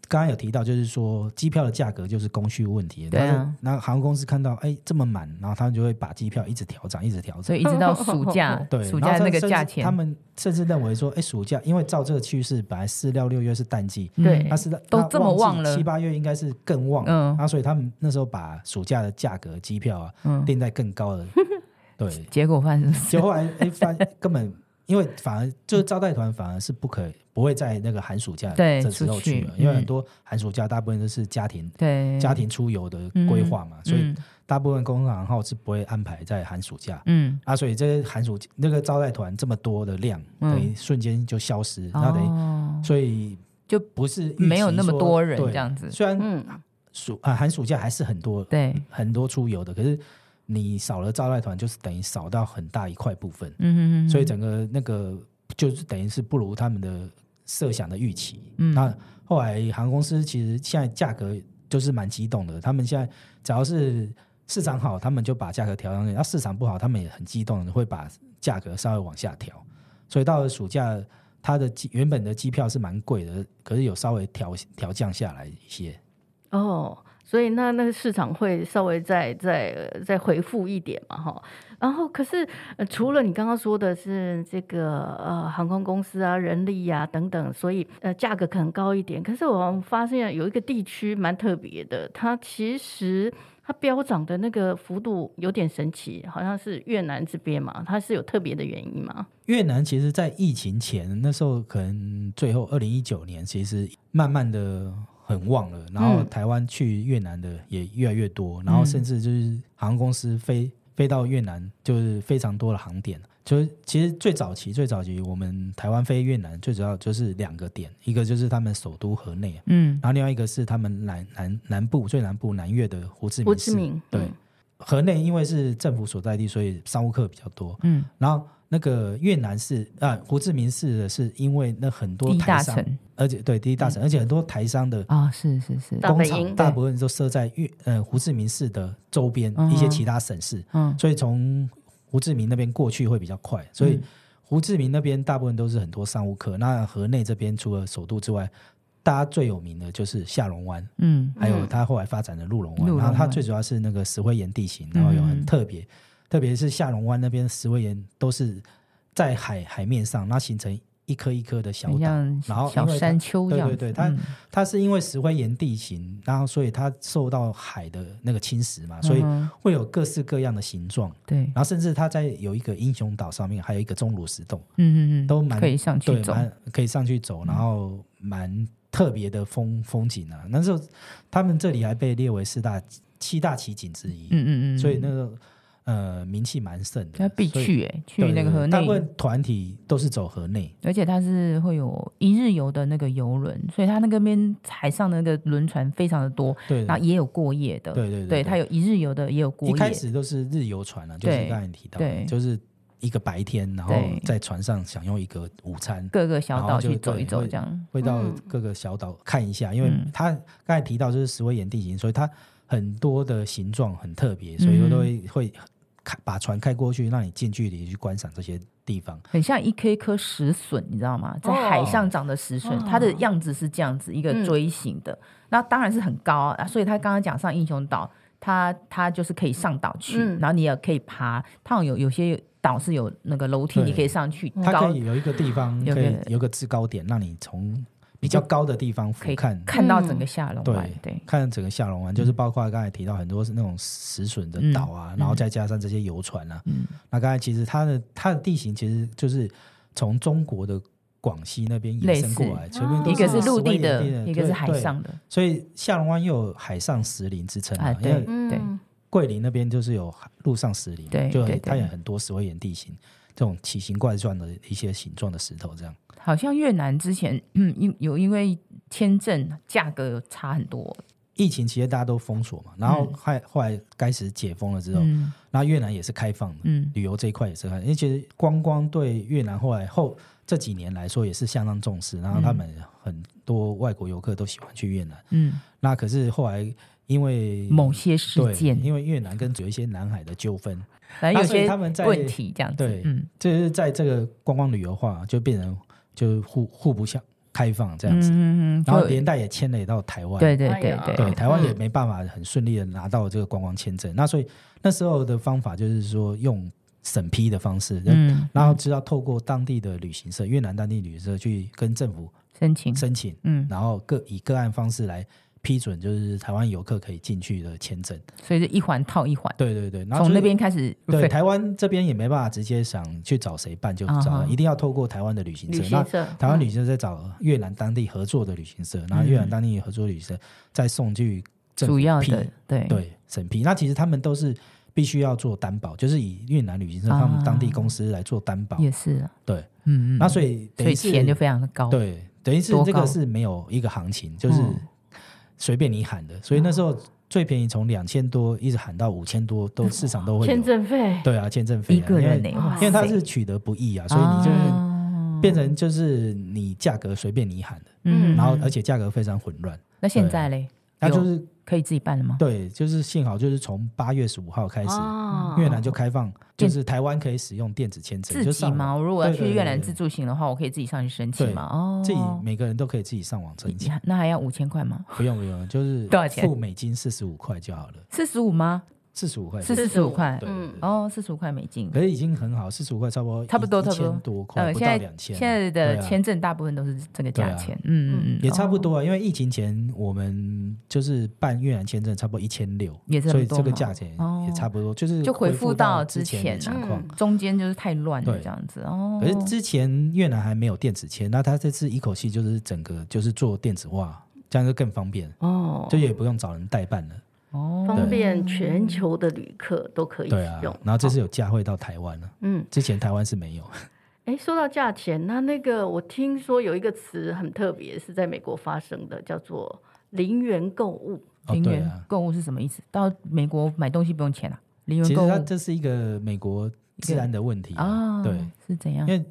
S3: 刚刚有提到，就是说机票的价格就是供需问题，
S2: 对啊
S3: 那航空公司看到哎这么满，然后他们就会把机票一直调涨，一直调
S2: 所
S3: 涨。，
S2: 以一直到暑假
S3: 对，
S2: 暑
S3: 然
S2: 假
S3: 后
S2: 那个
S3: 甚至
S2: 价钱
S3: 他，们甚至认为说，哎，暑假因为照这个趋势，本来四六六月是淡季，
S2: 嗯
S1: 对
S3: 那是
S2: 都这么旺了
S3: 七八月应该是更旺，
S2: 嗯
S3: 嗯，那所以他们那时候把暑假的价格机票啊
S2: 嗯，
S3: 定在 更高的，对，
S2: 结果发生什么事
S3: 结果后来哎、发现根本因为反而就是招待团反而是不可不会在那个寒暑假
S2: 对
S3: 这时候去了
S2: 出，去
S3: 因为
S2: 嗯
S3: 很多寒暑假大部分都是家庭、
S2: 对
S3: 家庭出游的规划嘛，所以
S2: 嗯
S3: 大部分公司行号是不会安排在寒暑假。
S2: 嗯，
S3: 啊，所以这些寒暑那个招待团这么多的量，
S2: 嗯
S3: 等于瞬间就消失，那等于
S2: 哦，
S3: 所以
S2: 就
S3: 不是预期
S2: 没有那么
S3: 说
S2: 多人
S3: 对
S2: 这样子，
S3: 虽然
S1: 嗯，
S3: 暑啊寒暑假还是很多
S2: 对，
S3: 很多出游的，可是你少了招待团，就是等于少到很大一块部分。
S2: 嗯嗯嗯，
S3: 所以整个那个就是等于是不如他们的设想的预期。
S2: 嗯
S3: 那后来航空公司其实现在价格就是蛮激动的，他们现在只要是市场好，他们就把价格调上去；，那市场不好，他们也很激动的会把价格稍微往下调。所以到了暑假，它的机原本的机票是蛮贵的，可是有稍微调调降下来一些。
S1: 哦，所以那那个市场会稍微再再呃再回复一点嘛，哈。然后可是、呃除了你刚刚说的是这个呃航空公司啊、人力呀、等等，所以呃价格可能高一点。可是我发现有一个地区蛮特别的，它其实。它飙涨的那个幅度有点神奇，好像是越南这边嘛，它是有特别的原因嘛？
S3: 越南其实，在疫情前那时候，可能最后二零一九年，其实慢慢的很旺了。然后
S1: 嗯
S3: 台湾去越南的也越来越多，然后甚至就是航空公司飞飞到越南，就是非常多的航点。就是其实最早期最早期，我们台湾飞越南最主要就是两个点，一个就是他们首都河内，
S2: 嗯
S3: 然后另外一个是他们南南南部最南部南越的胡志
S1: 胡
S3: 明
S1: 志
S3: 市。
S1: 明
S3: 对
S1: 嗯
S3: 河内因为是政府所在地，所以商务客比较多。
S2: 嗯，
S3: 然后那个越南是啊，胡志明市的是因为那很多
S2: 第一
S3: 台
S2: 大
S3: 商，
S2: 城嗯
S3: 而且对第一大城，而且很多台商的
S2: 啊，是是是，
S1: 大
S3: 工
S1: 本
S3: 厂
S1: 营
S3: 大
S1: 对
S3: 部分都设在越呃胡志明市的周边、
S2: 嗯哼
S3: 一些其他省市，
S2: 嗯
S3: 所以从胡志明那边过去会比较快，所以
S2: 嗯
S3: 胡志明那边大部分都是很多商务客。那河内这边除了首都之外，大家最有名的就是下龙湾。
S2: 嗯
S3: 还有它后来发展的鹿龙
S2: 鹿
S3: 湾，
S2: 龙
S3: 然后它
S2: 湾
S3: 最主要是那个石灰岩地形，然后有
S2: 嗯
S3: 很特别，特别是下龙湾那边石灰岩都是在海海面上，那形成一颗一颗的小
S2: 很
S3: 岛，
S2: 像
S3: 然后因
S2: 小
S3: 为它
S2: 山丘这
S3: 对
S2: 样
S3: 对
S2: 子，
S3: 对，它
S2: 嗯
S3: 它是因为石灰岩地形，然后所以它受到海的那个侵蚀嘛，所以
S2: 嗯哼
S3: 会有各式各样的形状，
S2: 对，
S3: 然后甚至它在有一个英雄岛上面还有一个钟乳石洞，
S2: 嗯嗯嗯，
S3: 都蛮
S2: 可以上去
S3: 对，
S2: 走，嗯
S3: 蛮可以上去走，然后蛮特别的风风景啊。那时候他们这里还被列为四大七大奇景之一，
S2: 嗯嗯嗯，
S3: 所以那个呃名气蛮盛的。
S2: 它必
S3: 所以
S2: 去哎，去
S3: 对
S2: 那个
S3: 对
S2: 河
S3: 大部
S2: 内，
S3: 分团体都是走河内，
S2: 而且它是会有一日游的那个游轮，所以它那个边海上的那个轮船非常的多，
S3: 对
S2: 然后也有过夜的，
S3: 对对
S2: 对，它有一日游的，也有过
S3: 一开
S2: 夜，
S3: 始都是日游船啊，就是
S2: 对
S3: 刚才你提到的
S2: 对
S3: 就是一个白天，然后
S2: 对
S3: 在船上享用一个午餐，
S2: 各个小
S3: 然
S2: 岛
S3: 后就
S2: 去走
S3: 对
S2: 一走
S3: 会
S2: 这样，
S3: 会到
S1: 嗯
S3: 各个小岛看一下，因为
S2: 嗯
S3: 它刚才提到就是石灰岩地形，所以它很多的形状很特别，所以
S2: 嗯
S3: 都会会开把船开过去，让你近距离去观赏这些地方。
S2: 很像一颗一颗石笋，你知道吗？在海上长的石笋，
S1: 哦
S2: 它的样子是这样子，一个
S1: 嗯
S2: 锥形的。那当然是很高啊，所以他刚刚讲上英雄岛，它它就是可以上岛去，
S1: 嗯
S2: 然后你也可以爬。它好像有有些岛是有那个楼梯，
S3: 对
S2: 你可以上去
S3: 它
S2: 嗯高
S3: 可以有一个地方
S2: 有
S3: 可以
S2: 个
S3: 有个制高点，让你从比较高的地方
S2: 可
S3: 俯
S2: 以
S3: 瞰，
S2: 看嗯到整个下龙
S3: 对
S2: 湾。对，
S3: 看整个下龙湾，就是包括刚才提到很多是那种石笋的岛啊，
S2: 嗯
S3: 然后再加上这些游船啊。
S2: 嗯
S3: 那刚才其实它的它的地形其实就是从中国的广西那边延伸过来，
S1: 类似
S3: 前面都
S2: 一个是陆地
S3: 地
S2: 的，
S3: 对
S2: 一个是海
S3: 对
S2: 上的。
S3: 所以下龙湾又有海上石林之称
S2: 啊
S3: 啊，因
S2: 对
S3: 为
S1: 嗯，
S2: 对
S3: 桂林那边就是有海陆上石林，
S2: 对
S3: 就
S2: 对对
S3: 它有很多石灰岩地形，这种奇形怪状的一些形状的石头，这样
S2: 好像越南之前，嗯，因有因为签证价格有差很多，
S3: 疫情期间大家都封锁嘛，然后后来后来开始解封了之后，
S2: 嗯
S3: 那越南也是开放的，
S2: 嗯，
S3: 旅游这一块也是开放，因为其实观光对越南后来后这几年来说也是相当重视，然后他们很多外国游客都喜欢去越南。
S2: 嗯，
S3: 那可是后来因为
S2: 某些事
S3: 嗯对，
S2: 件，
S3: 因为越南跟有一些南海的纠纷，
S2: 反正有
S3: 那所以
S2: 些
S3: 他们在
S2: 问题这样子，
S3: 对
S2: 嗯
S3: 就是在这个观光旅游化就变成就互互不相开放这样
S2: 嗯
S3: 子，
S2: 嗯嗯，
S3: 然后
S2: 就
S3: 连带也牵累到台湾。
S2: 对对
S1: 哎
S2: 对
S1: 呀
S3: 对，
S2: 对，
S3: 台湾也没办法很顺利的拿到这个观光签证。那所以那时候的方法就是说用审批的方式，
S2: 嗯，
S3: 然后知道透过当地的旅行社，越南当地旅行社去跟政府
S2: 申请，
S3: 申请，
S2: 嗯，
S3: 然后个以个案方式来批准，就是台湾游客可以进去的签证。
S2: 所以就一环套一环，
S3: 对对对，然后
S2: 从
S3: 就是
S2: 那边开始
S3: 对台湾这边也没办法直接想去找谁办就
S2: 啊
S3: 找
S2: 哈，
S3: 一定要透过台湾的旅行社
S1: 旅。
S3: 那
S1: 行社，
S3: 台湾旅行社在找越南当地合作的旅行社，然后越南当地合作旅行社再送去政府
S2: 嗯主要
S3: 批
S2: 的对
S3: 对审批。那其实他们都是必须要做担保，就是以越南旅行社
S2: 啊
S3: 他们当地公司来做担保。
S2: 也是啊，
S3: 对，
S2: 嗯嗯，
S3: 那所以等
S2: 所
S3: 于
S2: 以
S3: 是
S2: 钱就非常的高，
S3: 对，等于是
S2: 多
S3: 这个
S2: 高
S3: 是没有一个行情，就是
S2: 嗯
S3: 随便你喊的。所以那时候最便宜从两千多一直喊到五千多，都市场都会有
S1: 签证费，
S3: 对啊，签证费、啊、
S2: 一个人呢
S3: 因为，
S2: 哇
S3: 因为它
S2: 塞
S3: 是取得不易啊，所以你就是
S2: 啊
S3: 变成就是你价格随便你喊的，
S2: 嗯，
S3: 然后而且价格非常混乱。
S2: 那现在嘞，
S3: 那
S2: 有
S3: 就是
S2: 可以自己办了吗？
S3: 对，就是幸好就是从八月十五号开始，
S2: 哦
S1: 啊
S3: 越南就开放，就
S2: 电
S3: 是台湾可以使用电子签证，
S2: 自
S3: 就
S2: 己
S3: 上
S2: 吗？
S3: 网
S2: 我如果要
S3: 对对
S2: 去
S3: 对
S2: 越南
S3: 对
S2: 自助行的话，我可以自己上去申请
S3: 对
S2: 吗？哦，
S3: 自己每个人都可以自己上网申请，
S2: 那还要五千块吗？
S3: 不用不用，就是
S2: 多少钱
S3: 付美金四十五块就好了，
S2: 四十五吗？
S3: 四十五块，
S2: 是
S3: 对
S2: 四十五块
S3: 对，
S1: 嗯
S3: 对
S2: 哦，四十五块美金。
S3: 可是已经很好，四十五块差不多一，
S2: 差不多差不
S3: 一
S2: 多
S3: 千多块，
S2: 呃，
S3: 不
S2: 现
S3: 到
S2: 在
S3: 两千，
S2: 现在的
S3: 对啊
S2: 签证大部分都是这个价
S3: 对啊
S2: 钱，嗯嗯嗯，
S3: 也差不
S2: 哦。
S3: 多啊，因为疫情前我们就是办越南签证，差不多一千六，
S2: 也是
S3: 所
S2: 很
S3: 以
S2: 多
S3: 这个
S2: 嘛
S3: 价钱
S2: 哦
S3: 也差不多，就是
S2: 就
S3: 恢
S2: 恢
S3: 复
S2: 复
S3: 到
S2: 到
S3: 之
S2: 之
S3: 前的
S2: 前啊
S3: 情况。
S2: 中间就是太乱了
S3: 对
S2: 这样子哦。
S3: 可是之前越南还没有电子签，那他这次一口气就是整个就是做电子化，这样就更方便，
S1: 哦
S3: 就，也不用找人代办了。
S2: 哦，
S1: 方便全球的旅客都可以
S3: 对啊
S1: 使用。，哦
S3: 然后这次有价会到台湾了，
S1: 嗯，
S3: 之前台湾是没有。
S2: 哦
S1: 哎，说到价钱，那那个我听说有一个词很特别，是在美国发生的，叫做零元购物。
S3: 哦
S2: 零，
S3: 对
S2: 元
S3: 啊，
S2: 购物是什么意思？到美国买东西不用钱啊？零
S3: 其
S2: 元
S3: 实
S2: 购
S3: 它
S2: 物
S3: 这是一个美国治安的问题
S2: 啊？
S3: 啊，对，，
S2: 是怎样
S3: 因？为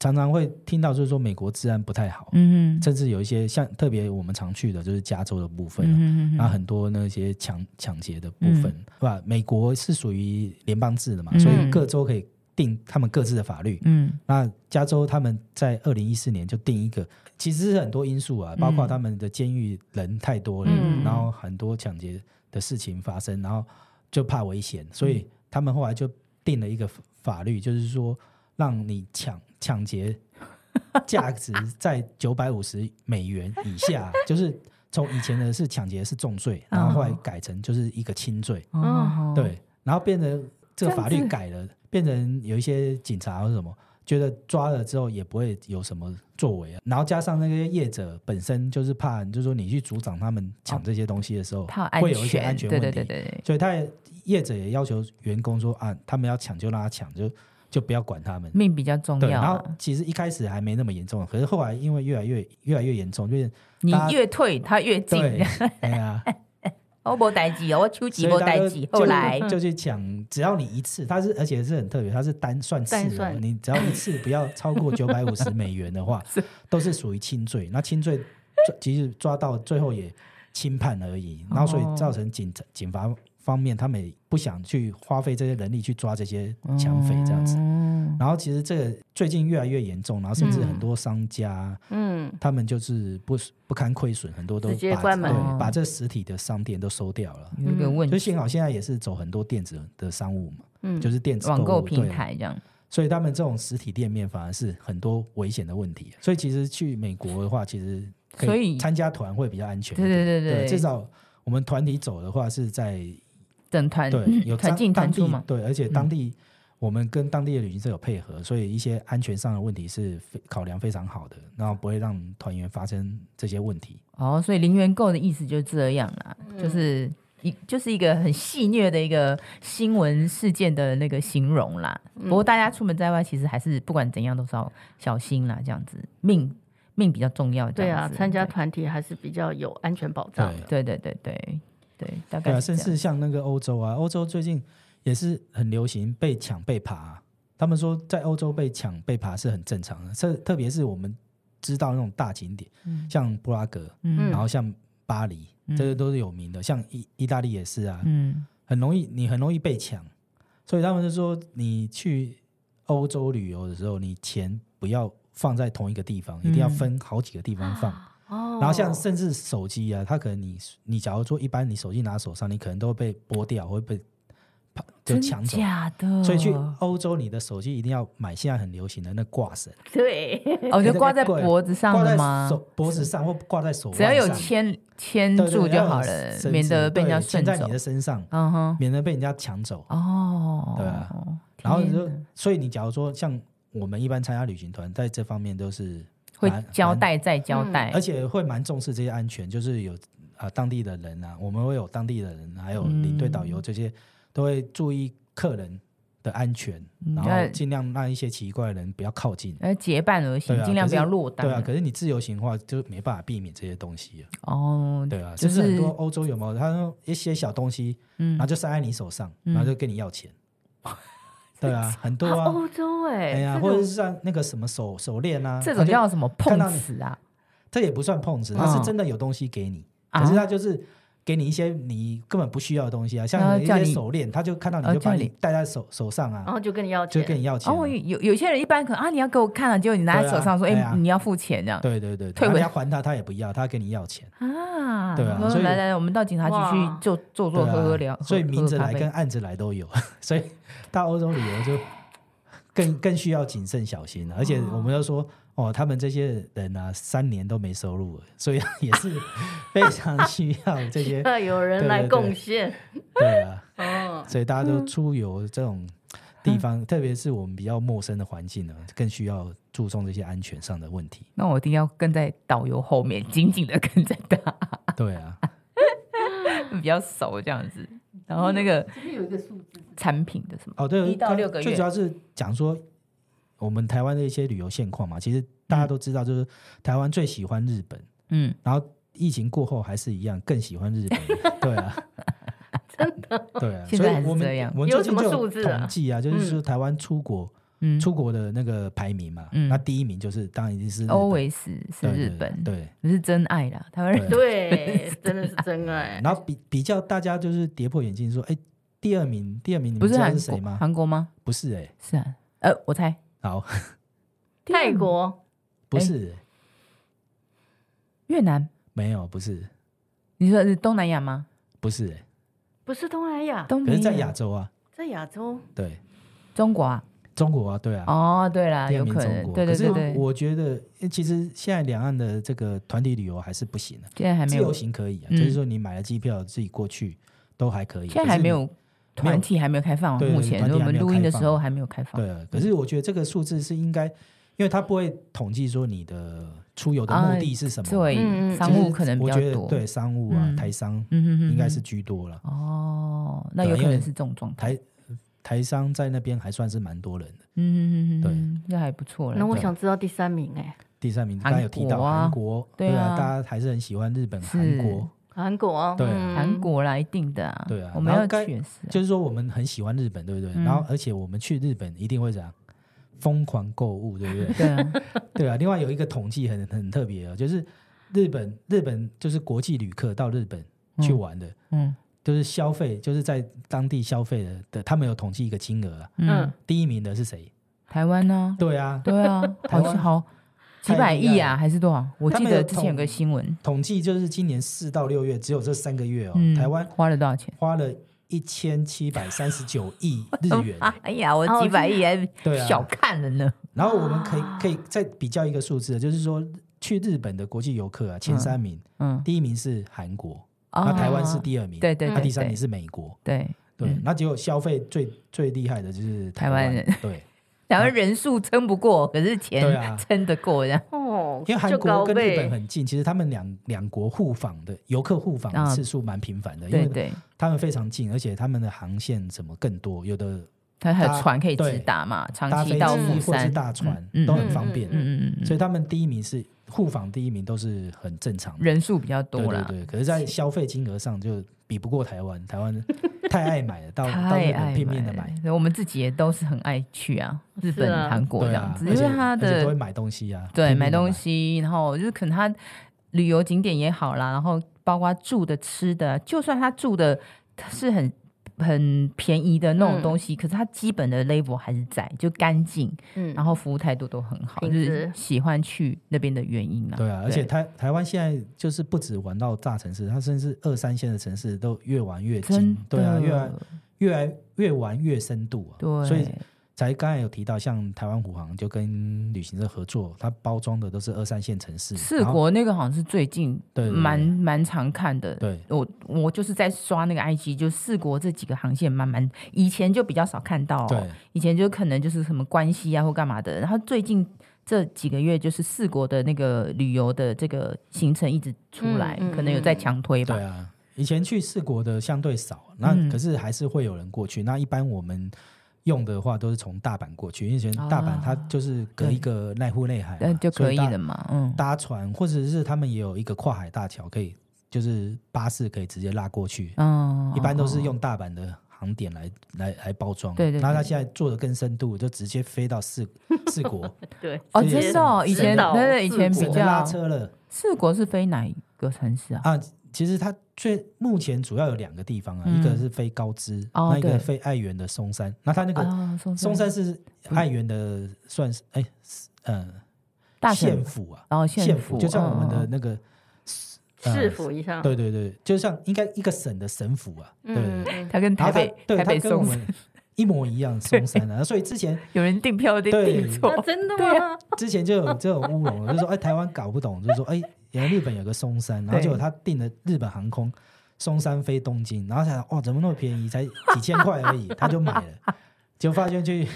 S3: 常常会听到就是说美国治安不太好，
S2: 嗯
S3: 甚至有一些像特别我们常去的就是加州的部
S2: 哼
S3: 分、啊，
S2: 嗯
S3: 那、很多那些抢抢劫的部分，是吧？美国是属于联邦制的嘛，
S2: 嗯
S3: 所以各州可以定他们各自的法律。
S2: 嗯
S3: 那加州他们在二零一四年就定一个，其实是很多因素啊，包括他们的监狱人太多了，
S1: 嗯
S3: 然后很多抢劫的事情发生，然后就怕危险，所以他们后来就定了一个法律，就是说让你抢抢劫价值在九百五十美元以下， 就是从以前的是抢劫是重罪，然后后来改成就是一个轻罪，
S2: 嗯哦，
S3: 对，然后变成这个
S2: 这样
S3: 法律
S2: 子
S3: 改了，变成有一些警察或什么觉得抓了之后也不会有什么作为啊。然后加上那些业者本身就是怕，就是说你去阻挡他们抢这些东西的时候，
S2: 怕
S3: 会
S2: 安
S3: 有一些
S2: 全，
S3: 安全
S2: 对
S3: 问题。
S2: 对对对对，
S3: 所以他也业者也要求员工说啊，他们要抢就让他抢，就就不要管他们。
S2: 命比较重
S3: 对，
S2: 要
S3: 然后
S2: 啊。
S3: 其实一开始还没那么严重，可是后来因为越来越越来越严重，就是
S2: 你
S3: 大家
S2: 越退，他越近。
S3: 对，哎呀，
S2: 我无代志哦，我手机
S3: 所以
S2: 无
S3: 大家
S2: 代
S3: 就
S2: 志，
S3: 就
S2: 后来
S1: 嗯
S3: 就去抢，只要你一次，它是而且是很特别，它是单算次、
S1: 单
S3: 哦，
S1: 算
S3: 你只要一次不要超过九百五十美元的 话，
S2: 嗯
S3: 都是属于轻罪。那轻罪抓其实抓到最后也轻判而已，然后所以造成警察警察方面，他们也不想去花费这些人力去抓这些抢匪这样子。
S2: 嗯
S3: 然后其实这个最近越来越严重，然后甚至
S1: 嗯
S3: 很多商家、
S1: 嗯，
S3: 他们就是不不堪亏损，很多都
S1: 直接
S3: 把
S1: 关门
S3: 对，把这实体的商店都收掉了。
S2: 有一个问
S3: 就
S2: 题，
S3: 幸好现在也是走很多电子的商务嘛，
S1: 嗯
S3: 就是电子
S2: 网
S3: 购
S2: 购
S3: 物
S2: 平，
S3: 对啊
S2: 台这样，
S3: 所以他们这种实体店面反而是很多危险的问题。啊所以其实去美国的话，其实可
S2: 所以
S3: 参加团会比较安全一
S2: 对
S3: 点。
S2: 对对
S3: 对，
S2: 对，
S3: 至少我们团体走的话是在
S2: 整团
S3: 对 有
S2: 嗯团
S3: 当
S2: 进团
S3: 当
S2: 出
S3: 地
S2: 嘛，嗯
S3: 对，而且当地我们跟当地的旅行社有配合，所以一些安全上的问题是非考量非常好的，然后不会让团员发生这些问题。
S2: 哦，所以零元购的意思就是这样啦，
S1: 嗯
S2: 就是一就是一个很戏谑的一个新闻事件的那个形容啦。
S1: 嗯
S2: 不过大家出门在外，其实还是不管怎样都是要小心啦，这样子命命比较重要。这
S1: 对
S2: 样
S1: 啊，
S2: 子
S1: 参加团体还是比较有安全保障的。
S2: 对对对对对，大概
S3: 对啊，
S2: 是
S3: 甚
S2: 这样。
S3: 至像那个欧洲啊，欧洲最近也是很流行被抢被爬啊、他们说在欧洲被抢被爬是很正常的，特特别是我们知道那种大景点，像布拉格，
S2: 嗯
S3: 然后像巴黎，这些都是有名的，像意意大利也是啊，
S2: 嗯，
S3: 很容易你很容易被抢，所以他们就说你去欧洲旅游的时候，你钱不要放在同一个地
S2: 嗯
S3: 方，一定要分好几个地方放。
S1: 哦
S3: 然后像甚至手机啊，它可能你你假如说一般你手机拿手上，你可能都会被剥掉，会被啪就
S2: 真
S3: 抢走。
S2: 假的，哦
S3: 所以去欧洲，你的手机一定要买现在很流行的那挂绳，
S1: 对，
S2: 哦，就
S3: 哎那个
S2: 挂在
S3: 贵
S2: 脖子上
S3: 挂
S2: 了
S3: 在
S2: 吗？
S3: 手脖子上或挂在手腕
S2: 只要有
S3: 上
S2: 牵牵
S3: 对对
S2: 住
S3: 对
S2: 就
S3: 要有
S2: 好了，
S3: 绳
S2: 免
S3: 子
S2: 得被人家
S3: 对牵
S2: 顺
S3: 在
S2: 走
S3: 你的。身上，
S2: 嗯哼，
S3: 免得被人家抢走。
S2: 哦，
S3: 对啊然后你就
S2: 天哪，
S3: 所以你假如说像我们一般参加旅行团，在这方面都是
S2: 会
S3: 蛮
S2: 交，
S3: 蛮
S2: 代再交
S1: 嗯
S2: 代，
S3: 而且会蛮重视这些安全，就是有啊、当地的人啊，我们会有当地的人，还有领队、导
S2: 嗯
S3: 游这些，都会注意客人的安全，然
S2: 嗯那
S3: 后尽量让一些奇怪的人不要靠近。
S2: 呃，结伴而行
S3: 对，啊
S2: 尽量不
S3: 可是
S2: 要落单。
S3: 对啊，可是你自由行的话，就没办法避免这些东西了。
S2: 哦，
S3: 对啊，
S2: 就
S3: 甚至很
S2: 是嗯
S3: 多欧洲有没有？他说一些小东西，然后就塞在你手上，然后就跟你 要钱。对啊，很多 啊。
S1: 欧洲
S3: 哎
S1: 哎
S3: 呀，，或者是像那个什么手手链啊，
S2: 这
S3: 他
S2: 种
S3: 就
S2: 叫什么碰
S3: 看到你
S2: 瓷啊？
S3: 这也不算碰瓷，他
S2: 嗯
S3: 是真的有东西给你，
S2: 啊
S3: 可是他就是给你一些你根本不需要的东西啊，
S2: 然后
S3: 像一
S2: 叫
S3: 些
S2: 你
S3: 手链，他就看到
S2: 哦
S3: 你就把
S2: 叫
S3: 你
S2: 你
S3: 戴在手手上
S1: 然
S3: 啊，
S1: 哦后就跟你要
S3: 就跟
S1: 钱，
S3: 你要钱啊。
S2: 哦，有有些人一般可能啊，你要给我看啊，结果你拿在
S3: 对啊
S2: 手上说，
S3: 哎
S2: 哎
S3: 呀，
S2: 你要付钱这样
S3: 对对对，
S2: 退
S3: 对
S2: 回
S3: 你要还他，他也不要，他跟你要钱。
S2: 啊。
S3: 对啊
S2: 我说
S3: 所以
S2: 来来，我们到警察局去
S1: 哇
S2: 坐坐
S3: 对
S2: 坐，
S3: 啊
S2: 喝喝聊，喝
S3: 所以明着
S2: 喝咖
S3: 来
S2: 啡
S3: 跟暗着来都有， 所以到欧洲旅游就更更需要谨慎小
S2: 哦
S3: 心了。啊而且我们要说，哦，他们这些人啊，三年都没收入了，所以也是非常需要这些。
S1: 要有人
S3: 对
S1: 来
S3: 对对
S1: 贡献。
S3: 对啊，
S1: 哦，
S3: 所以大家都出游这种地
S2: 嗯
S3: 方，特别是我们比较陌生的环境呢，更需要注重这些安全上的问题。
S2: 那我一定要跟在导游后面，紧紧的跟在他，
S3: 对啊，
S2: 比较熟这样子。然后那个
S1: 这边有一个数字，
S2: 产品的什么，
S3: 哦对，
S2: 一到
S3: 刚
S2: 六个月
S3: 最主要是讲说我们台湾的一些旅游现况嘛。其实大家都知道，就是台湾最喜欢日本，
S2: 嗯，
S3: 然后疫情过后还是一样更喜欢日 本。对啊。真的，对啊，
S2: 现
S3: 所
S2: 在还
S3: 以
S2: 是
S3: 我
S2: 这样
S3: 们我们
S1: 有
S3: 最近
S1: 什么
S3: 就
S1: 数
S3: 有
S1: 字啊
S3: 统计啊，就是说台湾出国
S2: 嗯
S3: 出国的那个排名嘛，
S2: 嗯
S3: 那第一名就是当然一定是日本
S2: ，always 是
S3: 对
S2: 日
S3: 对
S2: 本，
S3: 对，
S2: 是真爱啦，台湾人
S3: 对
S1: 对，真的是真 爱。
S3: 然后比比较大家就是跌破眼镜说，哎，第二名，第二名，你
S2: 不
S3: 们
S2: 是
S3: 知道
S2: 韩
S3: 是谁
S2: 国
S3: 吗？
S2: 韩国吗？
S3: 不是哎、
S2: 是啊，呃，我猜
S3: 好，
S1: 泰国
S2: 哎
S3: 不是、欸
S2: 越南，
S3: 没有，不是，
S2: 你说是东南亚吗？
S3: 不是哎、
S1: 不是东南亚，
S2: 东
S3: 可是
S2: 南
S3: 在亚洲啊，
S1: 在亚洲
S3: 对，
S2: 中国啊？
S3: 中国啊，对啊，
S2: 哦，对啦，
S3: 第二
S2: 有
S3: 名
S2: 可
S3: 中
S2: 能，
S3: 国。
S2: 对对对对
S3: 可是，我觉得，诶其实现在两岸的这个团体旅游还是不行的、
S2: 现在还没
S3: 自
S2: 有
S3: 由，行可以啊，
S2: 嗯
S3: 就是说你买了机票自己过去都还可以，
S2: 现在
S3: 可
S2: 还
S3: 是
S2: 没
S3: 你。
S2: 有团体还没有开放啊，
S3: 对
S2: 目前
S3: 团体
S2: 我
S3: 还没
S2: 们
S3: 有
S2: 录音的
S3: 开
S2: 时
S3: 放
S2: 候还没有开放。
S3: 对啊，可是我觉得这个数字是应该，因为它不会统计说你的出游的
S2: 啊
S3: 目的是什么，
S1: 嗯
S2: 对，
S1: 嗯
S2: 商
S3: 其
S2: 务
S3: 实
S2: 可能比
S3: 我
S2: 较
S3: 觉得
S2: 多。
S3: 对商务啊、
S2: 嗯
S3: 台商
S2: 嗯哼哼，
S3: 应该是
S2: 哼
S3: 居多了。
S2: 哦，那
S3: 对
S2: 有
S3: 啊
S2: 可
S3: 因为
S2: 能是这种状态。
S3: 台台商在那边还算是蛮多人的。
S2: 嗯哼哼
S3: 对
S2: 哼哼，那还不错了。
S1: 那我
S2: 对
S1: 想知道第三名哎，
S3: 第三名
S2: 韩
S3: 刚刚有提到
S2: 国啊
S3: 韩国，
S2: 对
S3: 对
S2: 啊
S3: 大家还是很喜欢日本、
S2: 是
S3: 韩国。
S1: 韩国啊
S3: 对
S1: 嗯
S2: 韩国啦，一定的啊。
S3: 对啊
S2: 我们
S3: 然
S2: 要
S3: 后该
S2: 去也是啊。
S3: 就是说我们很喜欢日本，对不对？
S2: 嗯
S3: 然后而且我们去日本一定会怎样？疯狂购物，对不对？
S2: 对啊，
S3: 对啊。另外有一个统计很很特别哦，就是日本日本就是国际旅客到日本去玩的，
S2: 嗯，
S3: 就是消费，就是在当地消费的的，他们有统计一个金额啊。
S2: 嗯
S1: 嗯，
S3: 第一名的是谁？
S2: 台湾呢？
S3: 对啊，
S2: 对啊，好
S3: 台湾
S2: 好几百亿啊，还是多少？我记
S3: 他们
S2: 得
S3: 有
S2: 之前有个
S3: 统
S2: 新闻，
S3: 统计就是今年四到六月，只有这三个月哦，
S2: 嗯，
S3: 台湾
S2: 花了多少钱？。
S3: 花了一千七百三十九亿日元
S2: 啊，哎呀，我
S1: 哦
S2: 几百亿还
S3: 对啊
S2: 小看了呢。
S3: 然后我们可以可以再比较一个数字，就是说去日本的国际游客啊，前三名，
S2: 嗯，
S3: 第一名是韩国，
S2: 啊
S3: 那台湾是第二名，
S2: 对对
S1: 嗯
S3: 那
S2: 对
S3: 第三名
S2: 对
S3: 是美国。
S2: 对，
S3: 对
S2: 嗯，
S3: 那结果消费最最厉害的就是
S2: 台
S3: 台
S2: 湾
S3: 湾
S2: 人，
S3: 对，
S2: 台湾人数撑不过，可是
S3: 对
S2: 钱
S3: 啊
S2: 撑得过这样。
S1: 哦，
S3: 因为韩
S1: 就
S3: 国
S1: 高
S3: 跟日本
S1: 倍，
S3: 很近，其实他们两两国互访的游客互访
S2: 啊
S3: 的次数蛮频繁的，因
S2: 对
S3: 为
S2: 对，
S3: 他们非常近，而且他们的航线什么更多，有的
S2: 他还有
S3: 搭
S2: 船可以直
S3: 对
S2: 达嘛，长
S3: 搭飞
S2: 期
S3: 机
S2: 到
S1: 釜
S2: 釜
S3: 或是
S2: 山，
S3: 大船
S2: 嗯嗯
S3: 都很方便
S2: 嗯，嗯嗯
S3: 所
S2: 嗯，
S3: 以他们第一名是互访第一名都是很正常的。
S2: 人数比较
S3: 对
S2: 多啦。
S3: 对对，可是，在消费金额上就比不过台湾，台 湾太爱买了，到到
S2: 太
S3: 日
S2: 爱
S3: 本拼命的
S2: 买
S3: 买，
S2: 了，我们自己也都是很爱去啊，日
S1: 是
S2: 本、
S1: 啊
S2: 韩国这
S3: 对
S2: 样
S3: 啊，
S2: 子，
S3: 而
S2: 因
S3: 且
S2: 为它
S3: 而且都会
S2: 的
S3: 买东西啊，拼
S2: 对
S3: 命地
S2: 买东西，然后就是可能它旅游景点也好啦，然后包括住的、吃的，啊就算它住的是很。很便宜的那种
S1: 嗯
S2: 东西，可是它基本的 level 还是在，就干净，
S1: 嗯
S2: 然后服务态度都很好，就
S1: 品
S2: 是
S1: 质
S2: 喜欢去那边的原因啦。
S3: 对啊，而且台台湾现在就是不止玩到大城市，它甚至二三线的城市都越玩越
S2: 真
S3: 精，对啊，
S2: 的
S3: 越玩越来越玩越深度啊。
S2: 对，
S3: 所以才刚才有提到，像台湾虎航就跟旅行社合作，它包装的都是二三线城市，
S2: 四
S3: 然后
S2: 国那个好像是最近
S3: 对对对
S2: 蛮蛮常看的。
S3: 对
S2: 我我就是在刷那个 IG，就四国这几个航线慢慢，以前就比较少看到、
S3: 对，
S2: 以前就可能就是什么关系啊或干嘛的，然后最近这几个月就是四国的那个旅游的这个行程一直出来，
S1: 嗯嗯
S2: 可能有在强推吧
S3: 对。啊，以前去四国的相对少，那
S2: 嗯
S3: 可是还是会有人过去。那一般我们用的话都是从大阪过去，因为以前大阪它就是隔一个濑户内海嘛
S2: 哦那、就可以。
S3: 所
S2: 了
S3: 搭
S2: 嘛，嗯，
S3: 搭船或者是他们也有一个跨海大桥，可以就是巴士可以直接拉过去。
S2: 嗯，
S3: 一般都是
S2: 哦，
S3: 用大阪的航点来来来包装。
S2: 对对
S3: 那他
S2: 对
S3: 现在做的更深度，就直接飞到四 四国，
S1: 对，
S2: 哦，
S3: 直接
S2: 真的、哦，以
S1: 直
S2: 前
S1: 到
S2: 对对，以
S1: 四
S2: 前
S1: 国
S2: 比
S3: 省得拉
S2: 较
S3: 车了。
S2: 四国是飞哪一个城市啊？
S3: 啊，其实它最目前主要有两个地方啊，
S2: 嗯
S3: 一个是飞高知，
S2: 哦
S3: 那一
S2: 对
S3: 个飞爱媛的松山。那它那个
S2: 啊，松
S3: 松山是
S2: 嗯
S3: 爱媛的，算是哎，是嗯、
S2: 大
S3: 县
S2: 城，
S3: 府啊，
S2: 然后
S3: 县
S2: 府，
S3: 就像我们
S2: 嗯
S3: 的
S2: 嗯
S3: 那个，呃
S1: 市府一下，
S3: 对对对，就像应该一个省的省府啊，对对
S1: 嗯，
S3: 对。
S1: 嗯
S2: 它跟
S3: 然
S2: 台
S3: 后它
S2: 北
S3: 对
S2: 台
S3: 它
S2: 北
S3: 跟我
S2: 松山
S3: 们一模一样，松山啊，所以之前
S2: 有人订票订
S3: 对
S2: 订
S1: 啊
S2: 错，
S1: 真的
S2: 对
S1: 吗？
S3: 之前就有这种乌龙了，就说哎，台湾搞不懂，就说哎，原来日本有个松山，然后
S2: 对
S3: 结果他订了日本航空松山飞东京，然后想哇，怎么那么便宜，才几千块而已，他就买了，结果发现去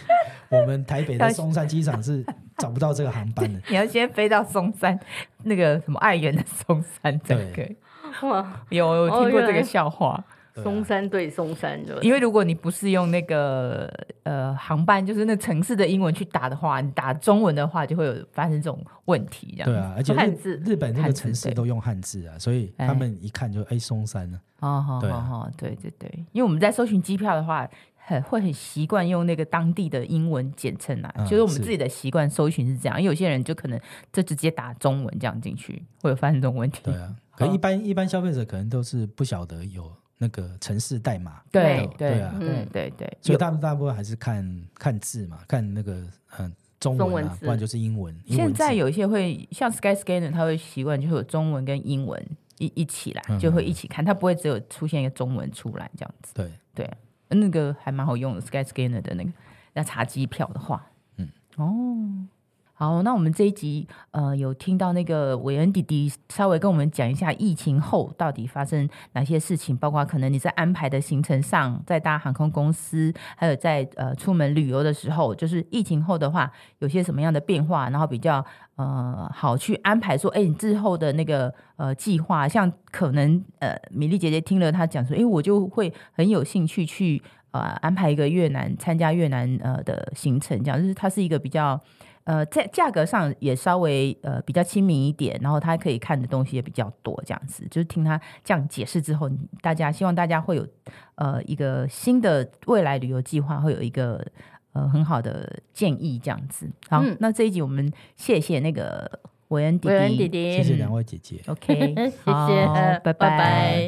S3: 我们台北的松山机场是找不到这个航班的，
S2: 你要先飞到松山，那个什么爱媛的松山，这个
S1: 哇，
S2: 有我
S1: 哦
S2: 听过
S1: 原
S2: 这个
S1: 来
S2: 笑话。
S3: 对啊
S1: 松山对松山就
S2: 因为如果你不是用那个呃航班，就是那城市的英文去打的话，你打中文的话，就会有发生这种问题，这样
S3: 对啊，而且
S1: 汉字
S3: 日日本这
S2: 汉
S3: 个
S2: 字
S3: 城市
S2: 对
S3: 都用汉字啊，所以他们一看就哎松山呢，
S2: 哦，好
S3: 对
S2: 好
S3: 啊
S2: 好，对对对，因为我们在搜寻机票的话，很会很习惯用那个当地的英文简称啊，
S3: 嗯
S2: 就是我们
S3: 是
S2: 自己的习惯搜寻是这样，因为有些人就可能就直接打中文这样进去，会有发生这种问题。
S3: 对啊，可一般一般消费者可能都是不晓得有那个城市代码，
S2: 对嗯
S3: 对
S2: 对
S3: 啊
S2: 对对对，
S3: 所以大大部分还是看看字嘛，看那个嗯、呃中
S1: 中文
S3: 文啊，
S1: 字
S3: 不然就是英文。英
S2: 现
S3: 文字
S2: 在有一些会像 Skyscanner，它会习惯就会有中文跟英文一一起来，
S3: 嗯
S2: 就会一起看，它不会只有出现一个中文出来这样子。
S3: 对，
S2: 对，呃那个还蛮好用的 Skyscanner 的那个，要查机票的话，
S3: 嗯，
S2: 哦。好，那我们这一集呃有听到那个韦恩弟弟稍微跟我们讲一下疫情后到底发生哪些事情，包括可能你在安排的行程上，在搭航空公司，还有在呃出门旅游的时候，就是疫情后的话有些什么样的变化，然后比较呃好去安排说，哎，你之后的那个呃计划，像可能呃米莉姐姐听了她讲说，哎，我就会很有兴趣去呃安排一个越南参加越南呃的行程，这样就是它是一个比较。呃，在价格上也稍微呃比较亲民一点，然后它可以看的东西也比较多，这样子。就是听他这样解释之后，你大家希望大家会有呃一个新的未来旅游计划，会有一个呃很好的建议，这样子。好，
S1: 嗯
S2: 那这一集我们谢谢那个韦恩弟弟，嗯
S1: 韦恩弟弟，
S3: 谢谢两位姐姐。
S2: OK，
S1: 谢谢
S2: 好，拜
S1: 拜拜